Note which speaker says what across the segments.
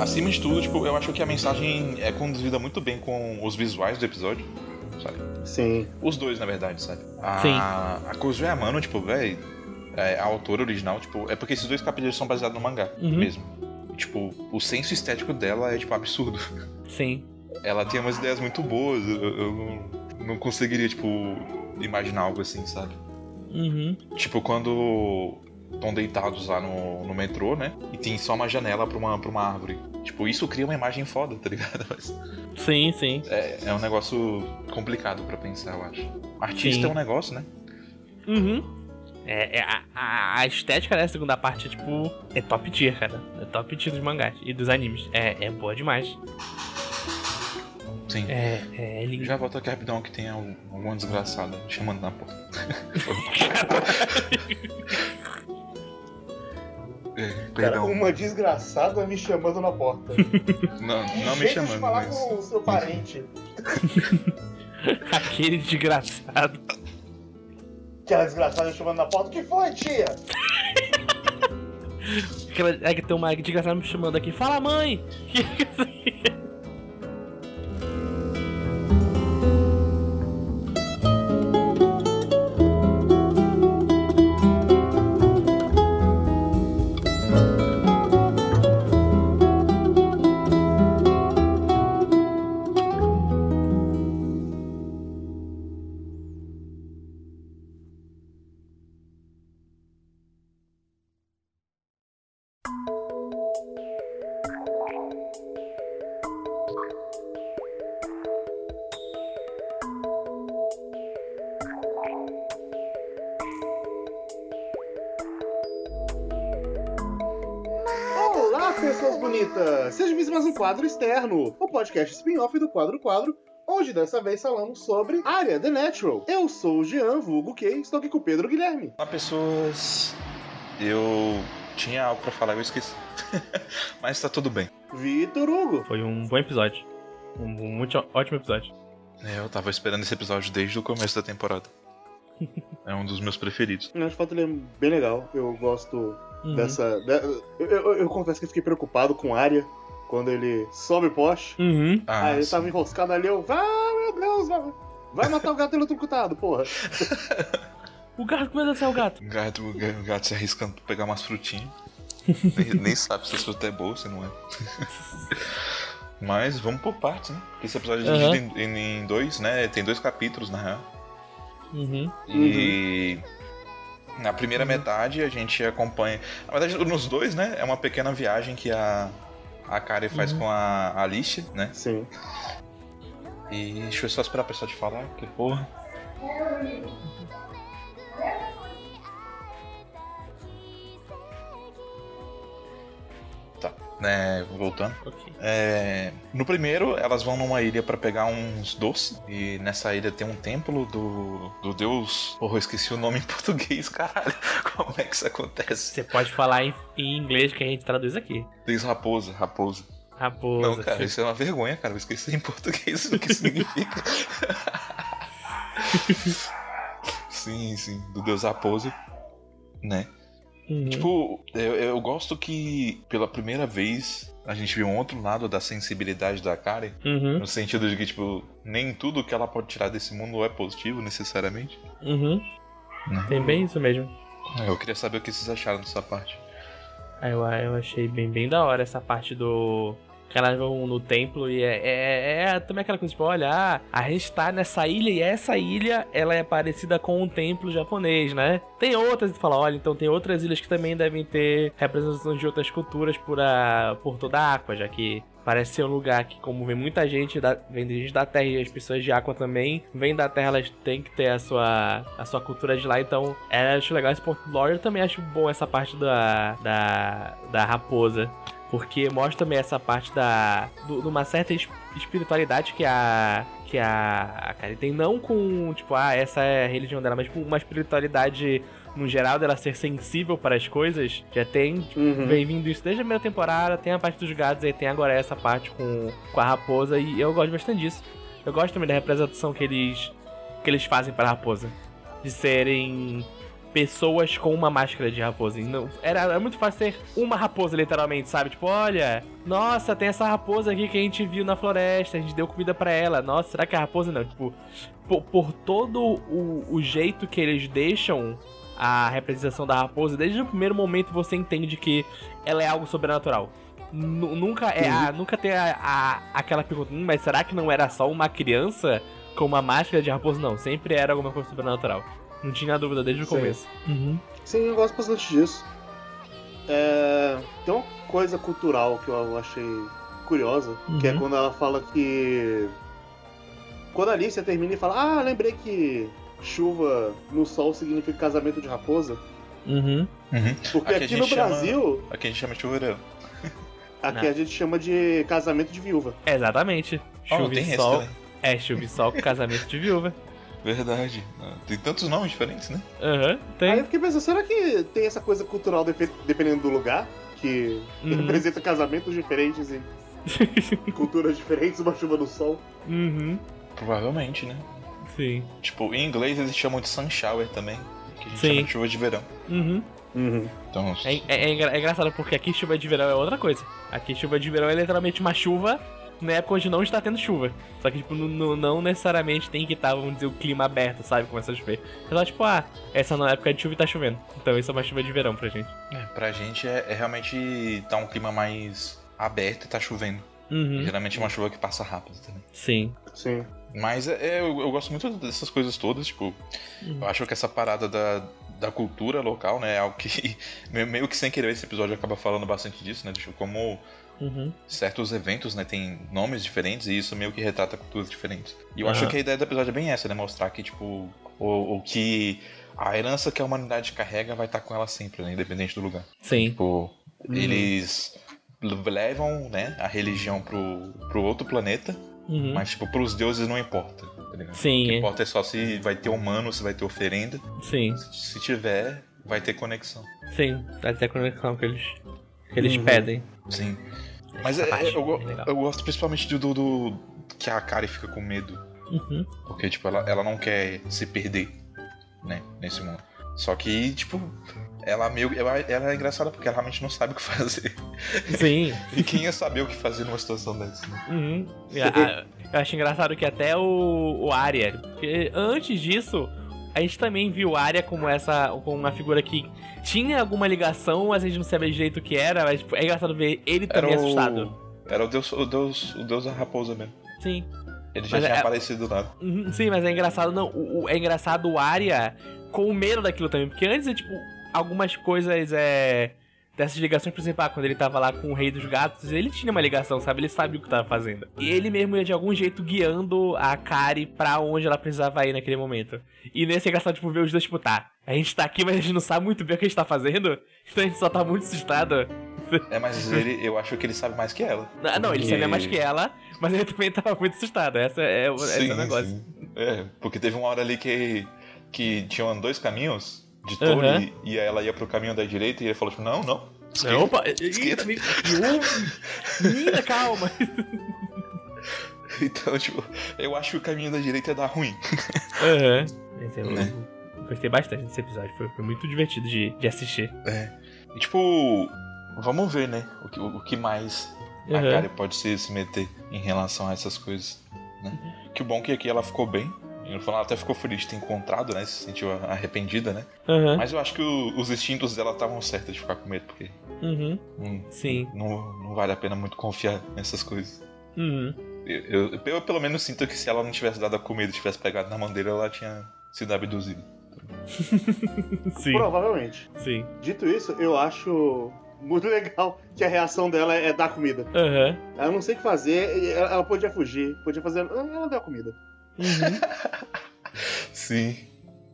Speaker 1: acima de tudo, tipo, eu acho que a mensagem é conduzida muito bem com os visuais do episódio, sabe?
Speaker 2: Sim.
Speaker 1: Os dois, na verdade, sabe? A, Sim. A Kozuya Amano, tipo, velho, é, a autora original, tipo, é porque esses dois capítulos são baseados no mangá
Speaker 3: Uhum.
Speaker 1: mesmo. Tipo, o senso estético dela é, tipo, absurdo.
Speaker 3: Sim.
Speaker 1: Ela tem umas ideias muito boas, eu, eu não, não conseguiria, tipo, imaginar algo assim, sabe?
Speaker 3: Uhum.
Speaker 1: Tipo, quando estão deitados lá no, no metrô, né? E tem só uma janela pra uma, pra uma árvore. Tipo, isso cria uma imagem foda, tá ligado? Mas
Speaker 3: Sim, sim.
Speaker 1: é, é um negócio complicado pra pensar, eu acho. Artista
Speaker 3: Sim.
Speaker 1: é um negócio, né?
Speaker 3: Uhum. É, é, a- a, a estética dessa segunda parte é tipo. É top tier, cara. É top tier dos mangás e dos animes. É, é boa demais.
Speaker 1: Sim.
Speaker 3: É, é lindo.
Speaker 1: Já volto aqui rapidão que tem algum- alguma desgraçada me chamando na porta. É,
Speaker 2: Cara,
Speaker 1: perdão.
Speaker 2: uma desgraçada me chamando na porta.
Speaker 1: Não,
Speaker 2: Um
Speaker 1: não me
Speaker 2: jeito de
Speaker 1: chamando,
Speaker 2: falar
Speaker 1: mas.
Speaker 2: com o seu parente.
Speaker 3: Aquele desgraçado.
Speaker 2: Aquela desgraçada me chamando na porta. O que foi, tia?
Speaker 3: Aquela, é que tem uma desgraçada me chamando aqui. Fala, mãe!
Speaker 2: Olá, pessoas bonitas! Sejam bem-vindos a mais um quadro externo, o podcast spin-off do Quadro Quadro, onde dessa vez falamos sobre Área The Natural. Eu sou o Jean, vulgo Kay, estou aqui com o Pedro Guilherme.
Speaker 1: Olá, pessoas. Eu tinha algo pra falar, eu esqueci. mas tá tudo bem.
Speaker 2: Vitor Hugo.
Speaker 3: Foi um bom episódio. Um, um muito ó- ótimo episódio.
Speaker 1: É, Eu tava esperando esse episódio desde o começo da temporada. É um dos meus preferidos.
Speaker 2: Não, De fato, ele é bem legal. Eu gosto
Speaker 3: Uhum.
Speaker 2: dessa. da- eu, eu- eu confesso que eu fiquei preocupado com Área quando ele sobe o poste.
Speaker 3: Uhum.
Speaker 1: Ah,
Speaker 2: Aí ele
Speaker 1: sim.
Speaker 2: tava enroscado ali, eu. Ah, meu Deus, vai, vai matar o gato eletrocutado, porra.
Speaker 3: O gato começa a ser o gato.
Speaker 1: o, gato, o gato se arriscando pra pegar umas frutinhas. nem, nem sabe se essa fruta é boa, se não é. Mas vamos por partes, né? Porque esse episódio é
Speaker 3: Aham.
Speaker 1: dividido em, em dois, né? Tem dois capítulos, na real.
Speaker 3: Uhum.
Speaker 1: E na primeira metade a gente acompanha. Na verdade, nos dois, né? É uma pequena viagem que a, a Kari faz com a Alicia, né?
Speaker 2: Sim.
Speaker 1: E deixa eu só esperar a pessoa te falar, que porra. Tá, né? Voltando.
Speaker 3: Ok.
Speaker 1: É, no primeiro, elas vão numa ilha pra pegar uns doces. E nessa ilha tem um templo do, do deus. Porra, eu esqueci o nome em português, caralho. Como é que isso acontece?
Speaker 3: Você pode falar em, em inglês que a gente traduz aqui.
Speaker 1: Deus raposa, raposa.
Speaker 3: Raposa.
Speaker 1: Não, cara, isso é uma vergonha, cara. Eu esqueci em português o que significa. sim, sim, do deus raposa. Né?
Speaker 3: Uhum.
Speaker 1: Tipo, eu, eu gosto que pela primeira vez a gente viu um outro lado da sensibilidade da Karen.
Speaker 3: Uhum.
Speaker 1: No sentido de que, tipo, nem tudo que ela pode tirar desse mundo é positivo, necessariamente.
Speaker 3: Uhum.
Speaker 1: Né?
Speaker 3: Tem bem isso mesmo.
Speaker 1: Ah, Eu queria saber o que vocês acharam dessa parte.
Speaker 3: Ah, Eu, eu achei bem, bem da hora essa parte do. Que elas vão no templo e é, é, é também aquela coisa, tipo, olha, ah, a gente tá nessa ilha e essa ilha, ela é parecida com um templo japonês, né? Tem outras, e fala, olha, então tem outras ilhas que também devem ter representações de outras culturas por, a, por toda a Aqua, já que parece ser um lugar que, como vem muita gente, da, vem gente da Terra e as pessoas de Aqua também, vêm da Terra, elas têm que ter a sua, a sua cultura de lá, então é, acho legal esse ponto. Lore eu também acho bom essa parte da, da, da raposa. Porque mostra também essa parte da. do- de uma certa es- espiritualidade que a. que a. a Kari tem. Não com, tipo, ah, essa é a religião dela, mas com uma espiritualidade no geral dela ser sensível para as coisas. Já tem.
Speaker 2: Uhum.
Speaker 3: Vem vindo isso desde a primeira temporada, tem a parte dos gatos, aí tem agora essa parte com, com a raposa, e eu gosto bastante disso. Eu gosto também da representação que eles. que eles fazem para a raposa. De serem pessoas com uma máscara de raposa. E Não, era, era muito fácil ser uma raposa, literalmente, sabe? Tipo, olha, nossa, tem essa raposa aqui que a gente viu na floresta, a gente deu comida pra ela. Nossa, será que é a raposa? Não, tipo, por, por todo o, o jeito que eles deixam a representação da raposa, desde o primeiro momento você entende que ela é algo sobrenatural. Nu- nunca é
Speaker 1: Uhum.
Speaker 3: ah, nunca tem a, a- aquela pergunta, "Hum, mas será que não era só uma criança com uma máscara de raposa? Não, sempre era alguma coisa sobrenatural. Não tinha dúvida desde o
Speaker 2: Sim.
Speaker 3: começo.
Speaker 1: Uhum.
Speaker 2: Sim, eu gosto bastante disso. É, tem uma coisa cultural que eu achei curiosa, que é
Speaker 3: Uhum.
Speaker 2: quando ela fala que. Quando a Alicia termina e fala, ah, lembrei que chuva no sol significa casamento de raposa.
Speaker 3: Uhum.
Speaker 2: Porque
Speaker 1: Aqui a
Speaker 2: aqui, no
Speaker 1: gente chama- Né.
Speaker 2: Brasil,
Speaker 1: Aqui a gente chama de chuveiro.
Speaker 2: aqui
Speaker 3: Não.
Speaker 2: a gente chama de casamento de viúva.
Speaker 3: Exatamente.
Speaker 1: Oh, não
Speaker 3: Chuva
Speaker 1: tem
Speaker 3: e
Speaker 1: esse
Speaker 3: sol.
Speaker 1: também.
Speaker 3: É, chuva e sol com casamento de viúva.
Speaker 1: Verdade. Ah, Tem tantos nomes diferentes, né?
Speaker 3: Aham,
Speaker 2: Aí
Speaker 3: tem.
Speaker 2: eu fiquei pensando, será que tem essa coisa cultural depe- dependendo do lugar? Que
Speaker 3: Uhum.
Speaker 2: representa casamentos diferentes e culturas diferentes, uma chuva no sol.
Speaker 3: Uhum.
Speaker 1: Provavelmente, né?
Speaker 3: Sim.
Speaker 1: Tipo, em inglês eles chamam de sun shower também. Que a gente
Speaker 3: Sim.
Speaker 1: chama de chuva de verão.
Speaker 3: Uhum.
Speaker 2: Uhum.
Speaker 1: Então,
Speaker 3: É, é- é engra- é engraçado porque aqui chuva de verão é outra coisa. Aqui chuva de verão é literalmente uma chuva na época onde não está tendo chuva. Só que, tipo, nu- nu- não necessariamente tem que estar, vamos dizer, o clima aberto, sabe? Começa a chover. É só, tipo, ah, essa não é época de chuva e tá chovendo. Então isso é uma chuva de verão pra gente.
Speaker 1: é, pra gente é, é realmente tá um clima mais aberto e tá chovendo.
Speaker 3: Uhum.
Speaker 1: Geralmente é uma chuva que passa rápido também.
Speaker 3: Sim.
Speaker 2: Sim.
Speaker 1: Mas é, é, eu, eu gosto muito dessas coisas todas, tipo,
Speaker 3: Uhum.
Speaker 1: eu acho que essa parada da, da cultura local, né, é algo que meio, meio que sem querer esse episódio acaba falando bastante disso, né, tipo, como
Speaker 3: Uhum.
Speaker 1: certos eventos, né, tem nomes diferentes e isso meio que retrata culturas diferentes. E eu acho
Speaker 3: Aham.
Speaker 1: que a ideia do episódio é bem essa, né, mostrar que, tipo, o, o que a herança que a humanidade carrega vai estar com ela sempre, né, independente do lugar.
Speaker 3: Sim.
Speaker 1: Tipo,
Speaker 3: Hum.
Speaker 1: eles levam, né, a religião pro, pro outro planeta,
Speaker 3: Uhum.
Speaker 1: mas, tipo, pros deuses não importa, tá ligado? O que
Speaker 3: Sim, é.
Speaker 1: importa é só se vai ter humano, se vai ter oferenda.
Speaker 3: sim,
Speaker 1: Se tiver, vai ter conexão.
Speaker 3: sim. Até quando eles falam que eles, que eles
Speaker 2: Uhum.
Speaker 3: pedem.
Speaker 1: Sim. Mas é-
Speaker 3: Essa parte
Speaker 1: é- eu, go-
Speaker 3: é legal.
Speaker 1: eu gosto principalmente do, do, do- que a Kari fica com medo.
Speaker 3: Uhum.
Speaker 1: Porque, tipo, ela, ela não quer se perder, né? Nesse mundo. Só que, tipo, ela meio. Ela, ela é engraçada porque ela realmente não sabe o que fazer.
Speaker 3: Sim.
Speaker 1: E quem ia saber o que fazer numa situação dessa, né?
Speaker 3: Uhum. E a- a- eu acho engraçado que até o, o Arya, porque antes disso, a gente também viu Arya como essa, como uma figura que tinha alguma ligação, mas a gente não sabia direito o que era, mas tipo, é engraçado ver ele também assustado.
Speaker 1: Era o deus, o deus. O deus da raposa mesmo.
Speaker 3: Sim.
Speaker 1: Ele já
Speaker 3: Mas
Speaker 1: tinha
Speaker 3: é-
Speaker 1: aparecido lá.
Speaker 3: Uhum, Sim, mas é engraçado não, o, o- é engraçado o Arya com o medo daquilo também, porque antes é tipo algumas coisas é dessas ligações, por exemplo, ah, quando ele tava lá com o Rei dos Gatos, ele tinha uma ligação, sabe? Ele sabia o que tava fazendo. E ele mesmo ia de algum jeito guiando a Kari pra onde ela precisava ir naquele momento. E nesse é engraçado, tipo, ver os dois, tipo, tá, a gente tá aqui, mas a gente não sabe muito bem o que a gente tá fazendo, então a gente só tá muito assustado.
Speaker 1: É, mas ele, eu acho que ele sabe mais que ela.
Speaker 3: Não, não, ele
Speaker 1: E-
Speaker 3: sabia mais que ela, mas ele também tava muito assustado. Essa é, o- esse é o negócio.
Speaker 1: sim. É, porque teve uma hora ali que, que tinham dois caminhos de torre
Speaker 3: Aham.
Speaker 1: e aí ela ia pro caminho da direita e ele falou tipo, não, não. esquerda.
Speaker 3: Não, opa,
Speaker 1: Esquerda.
Speaker 3: eita, me- me- menina, calma.
Speaker 1: Então, tipo, eu acho que o caminho da direita ia dar ruim.
Speaker 3: Aham. Esse
Speaker 1: Uhum.
Speaker 3: eu Gostei bastante desse episódio, foi, foi muito divertido de, de assistir.
Speaker 1: E, tipo, vamos ver, né? O que, o que mais a
Speaker 3: Aham.
Speaker 1: Kari pode se, se meter em relação a essas coisas. Né? Que bom que aqui ela ficou bem. Eu falo, Ela até ficou feliz de ter encontrado, né? Se sentiu arrependida, né?
Speaker 3: Aham.
Speaker 1: Mas eu acho que o- os instintos dela estavam certos de ficar com medo, porque
Speaker 3: Uhum.
Speaker 1: hum,
Speaker 3: Sim.
Speaker 1: não, não vale a pena muito confiar nessas coisas.
Speaker 3: Uhum.
Speaker 1: Eu, eu- eu, pelo menos sinto que se ela não tivesse dado a comida e tivesse pegado na mão dele, ela tinha sido abduzida.
Speaker 3: Sim.
Speaker 2: Provavelmente.
Speaker 3: Sim.
Speaker 2: Dito isso, eu acho muito legal que a reação dela é dar comida.
Speaker 3: Aham.
Speaker 2: Ela não sei o que fazer, e ela, ela podia fugir, podia fazer. Ela ela deu a comida.
Speaker 3: Uhum.
Speaker 1: Sim.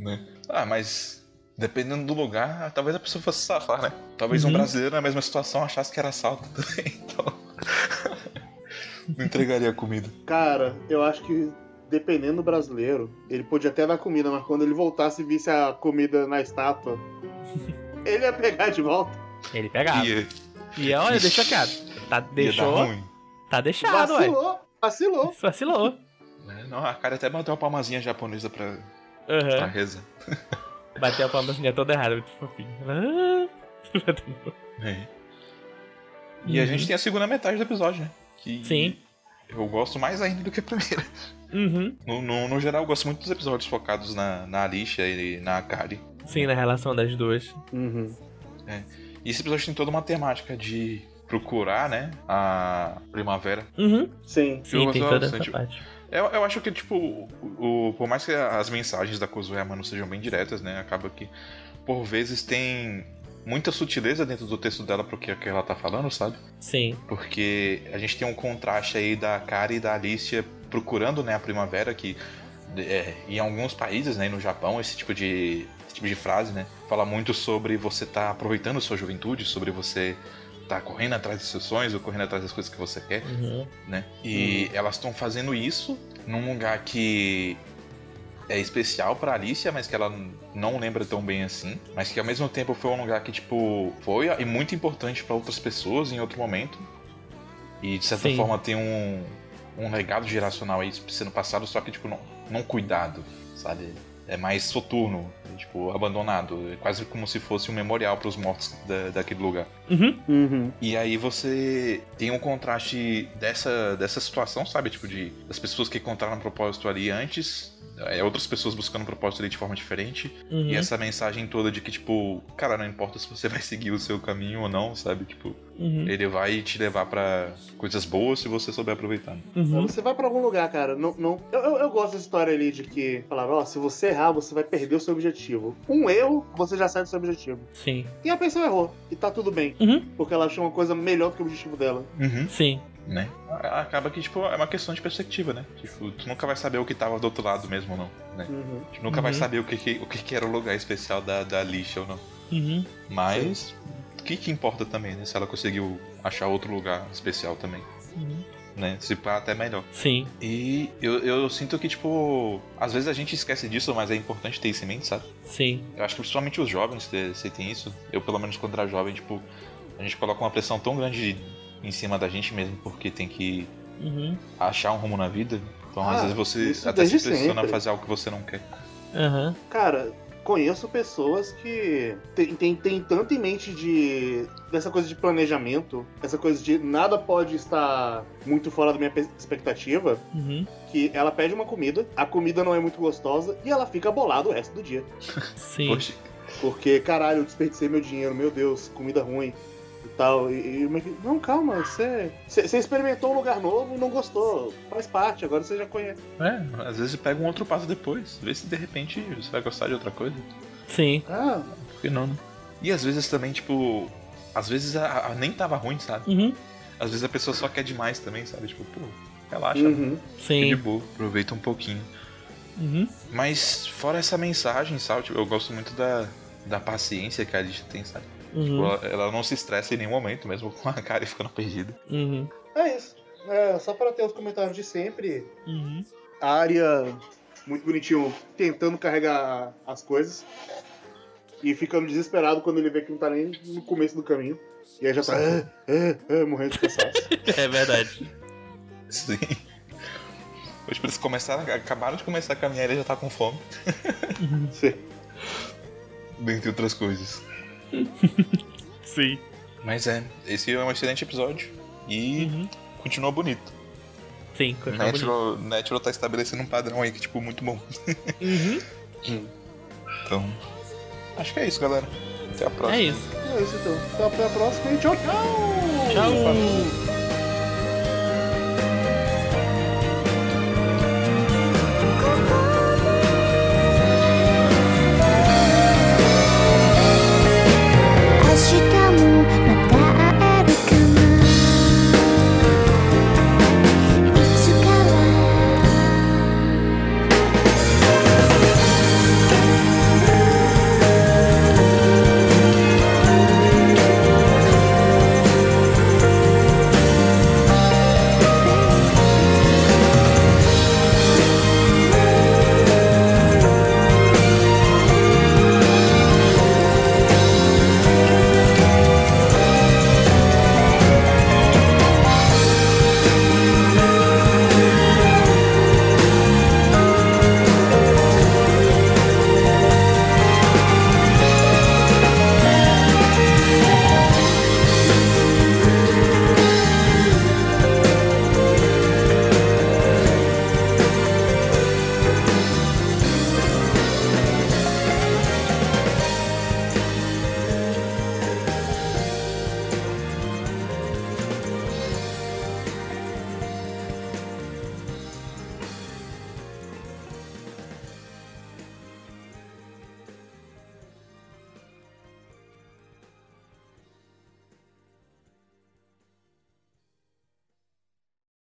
Speaker 1: Né? Ah, mas dependendo do lugar, talvez a pessoa fosse safar, né? Talvez um
Speaker 3: Uhum.
Speaker 1: brasileiro na mesma situação achasse que era assalto também, então. não entregaria a comida.
Speaker 2: Cara, eu acho que dependendo do brasileiro, ele podia até dar comida, mas quando ele voltasse e visse a comida na estátua, ele ia pegar de volta.
Speaker 3: Ele pegava.
Speaker 1: Ia-
Speaker 3: E olha, deixou quieto. Tá,
Speaker 1: Ia dar
Speaker 3: deixou.
Speaker 1: ruim.
Speaker 3: Tá deixado, ué.
Speaker 2: vacilou, vacilou.
Speaker 3: Vacilou. É.
Speaker 1: Né? Não, a cara até bateu uma palmazinha japonesa pra, pra
Speaker 3: Aham.
Speaker 1: reza.
Speaker 3: Bateu a assim, palmazinha toda errada, muito fofinho. Ah.
Speaker 1: É. E a
Speaker 3: Uhum.
Speaker 1: gente tem a segunda metade do episódio, né? Que
Speaker 3: Sim.
Speaker 1: Eu gosto mais ainda do que a primeira.
Speaker 3: Uhum.
Speaker 1: No, no, no geral, eu gosto muito dos episódios focados na, na Alicia e na Akari.
Speaker 3: Sim, na relação das duas.
Speaker 2: Uhum.
Speaker 1: E esse episódio tem toda uma temática de procurar, né? A primavera.
Speaker 3: Uhum.
Speaker 2: Sim.
Speaker 3: Sim,
Speaker 1: Eu
Speaker 3: tem
Speaker 1: gosto
Speaker 3: toda
Speaker 1: bastante.
Speaker 3: essa parte.
Speaker 1: Eu, eu acho que, tipo, o, o- por mais que as mensagens da Kozuema não sejam bem diretas, né? Acaba que, por vezes, tem muita sutileza dentro do texto dela pro que, que ela tá falando, sabe?
Speaker 3: Sim.
Speaker 1: Porque a gente tem um contraste aí da Kari e da Alicia procurando, né, a primavera, que é, em alguns países, né, e no Japão, esse tipo de esse tipo de frase, né, fala muito sobre você tá aproveitando sua juventude, sobre você tá correndo atrás dos seus sonhos ou correndo atrás das coisas que você quer
Speaker 3: Uhum.
Speaker 1: né? E elas estão fazendo isso num lugar que é especial pra Alicia, mas que ela n- não lembra tão bem assim, mas que ao mesmo tempo foi um lugar que tipo foi e muito importante pra outras pessoas em outro momento. E de certa
Speaker 3: Sim.
Speaker 1: forma tem um, um legado geracional aí sendo passado, só que tipo não, não cuidado, sabe? É mais soturno, tipo abandonado, é quase como se fosse um memorial pros mortos da- daquele lugar.
Speaker 3: Uhum.
Speaker 2: Uhum.
Speaker 1: E aí você tem um contraste dessa, dessa situação, sabe? Tipo, de das pessoas que encontraram um propósito ali antes, é, outras pessoas buscando um propósito ali de forma diferente.
Speaker 3: Uhum.
Speaker 1: E essa mensagem toda de que, tipo, cara, não importa se você vai seguir o seu caminho ou não, sabe? Tipo,
Speaker 3: Uhum.
Speaker 1: ele vai te levar pra coisas boas se você souber aproveitar.
Speaker 3: Uhum.
Speaker 2: Você vai pra algum lugar, cara. Não, não... Eu, eu, eu gosto dessa história ali de que falava, ó, se você errar, você vai perder o seu objetivo. Um erro, você já sai do seu objetivo.
Speaker 3: Sim.
Speaker 2: E a pessoa errou. E tá tudo bem.
Speaker 3: Uhum.
Speaker 2: Porque ela achou uma coisa melhor do que o objetivo dela.
Speaker 1: Uhum.
Speaker 3: Sim.
Speaker 1: Né? A- Acaba que, tipo, é uma questão de perspectiva, né? Tipo, tu nunca vai saber o que tava do outro lado mesmo ou não, né?
Speaker 2: Uhum.
Speaker 1: Tu nunca vai
Speaker 3: Uhum.
Speaker 1: saber o que, que- o que, que era o lugar especial da, da lixa ou não.
Speaker 3: Uhum.
Speaker 1: Mas o que, que importa também, né? Se ela conseguiu achar outro lugar especial também,
Speaker 3: Uhum.
Speaker 1: né? Se pá, até melhor.
Speaker 3: Sim.
Speaker 1: E eu, eu sinto que, tipo, às vezes a gente esquece disso, mas é importante ter isso em mente, sabe?
Speaker 3: Sim.
Speaker 1: Eu acho que principalmente os jovens te- se tem isso. Eu, pelo menos, quando era jovem, tipo, a gente coloca uma pressão tão grande em cima da gente mesmo, porque tem que
Speaker 3: Uhum.
Speaker 1: achar um rumo na vida. Então, às
Speaker 2: Ah,
Speaker 1: vezes,
Speaker 2: isso
Speaker 1: você até se
Speaker 2: desde
Speaker 1: pressiona a
Speaker 2: sempre.
Speaker 1: fazer algo que você não quer.
Speaker 3: Aham.
Speaker 2: Cara, conheço pessoas que tem, tem, tem tanto em mente de. dessa coisa de planejamento, essa coisa de nada pode estar muito fora da minha pe- expectativa,
Speaker 3: Uhum.
Speaker 2: que ela pede uma comida, a comida não é muito gostosa e ela fica bolada o resto do dia.
Speaker 3: Sim.
Speaker 1: Poxa,
Speaker 2: Porque, caralho, eu desperdicei meu dinheiro, meu Deus, comida ruim e tal. E, e eu me- não, calma, você, você você experimentou um lugar novo, não gostou, faz parte, agora você já conhece.
Speaker 1: é, às vezes pega um outro passo depois. Vê se de repente você vai gostar de outra coisa.
Speaker 3: Sim.
Speaker 2: Ah,
Speaker 1: Por que não, né? E às vezes também, tipo. Às vezes a, a- nem tava ruim, sabe?
Speaker 3: Uhum.
Speaker 1: Às vezes a pessoa só quer demais também, sabe? Tipo, pô, relaxa, fica
Speaker 2: uhum.
Speaker 1: de
Speaker 3: Sim.
Speaker 1: boa, aproveita um pouquinho.
Speaker 3: Uhum.
Speaker 1: Mas fora essa mensagem, sabe? Tipo, eu gosto muito da, da paciência que a gente tem, sabe? Tipo,
Speaker 3: Uhum.
Speaker 1: Ela, ela não se estressa em nenhum momento, mesmo com a cara ficando perdida.
Speaker 3: Uhum.
Speaker 2: É isso. É, só para ter os comentários de sempre,
Speaker 3: Uhum.
Speaker 2: a área muito bonitinho tentando carregar as coisas e ficando desesperado quando ele vê que não tá nem no começo do caminho. E aí já tá "Ah, ah, ah", morrendo de cansaço.
Speaker 3: É verdade.
Speaker 1: Sim. Hoje eles começaram, acabaram de começar a caminhar e ele já tá com fome,
Speaker 2: Sim.
Speaker 1: dentre outras coisas.
Speaker 3: Sim.
Speaker 1: Mas é, esse é um excelente episódio. E
Speaker 3: Uhum.
Speaker 1: continua bonito.
Speaker 3: Sim, coisa bonita.
Speaker 1: Natural, Né, Natural tá estabelecendo um padrão aí que, tipo, muito bom.
Speaker 3: Uhum.
Speaker 1: Então, acho que é isso, galera. Até a próxima.
Speaker 3: É isso.
Speaker 2: É isso então. Então até a próxima e tchau!
Speaker 3: Tchau.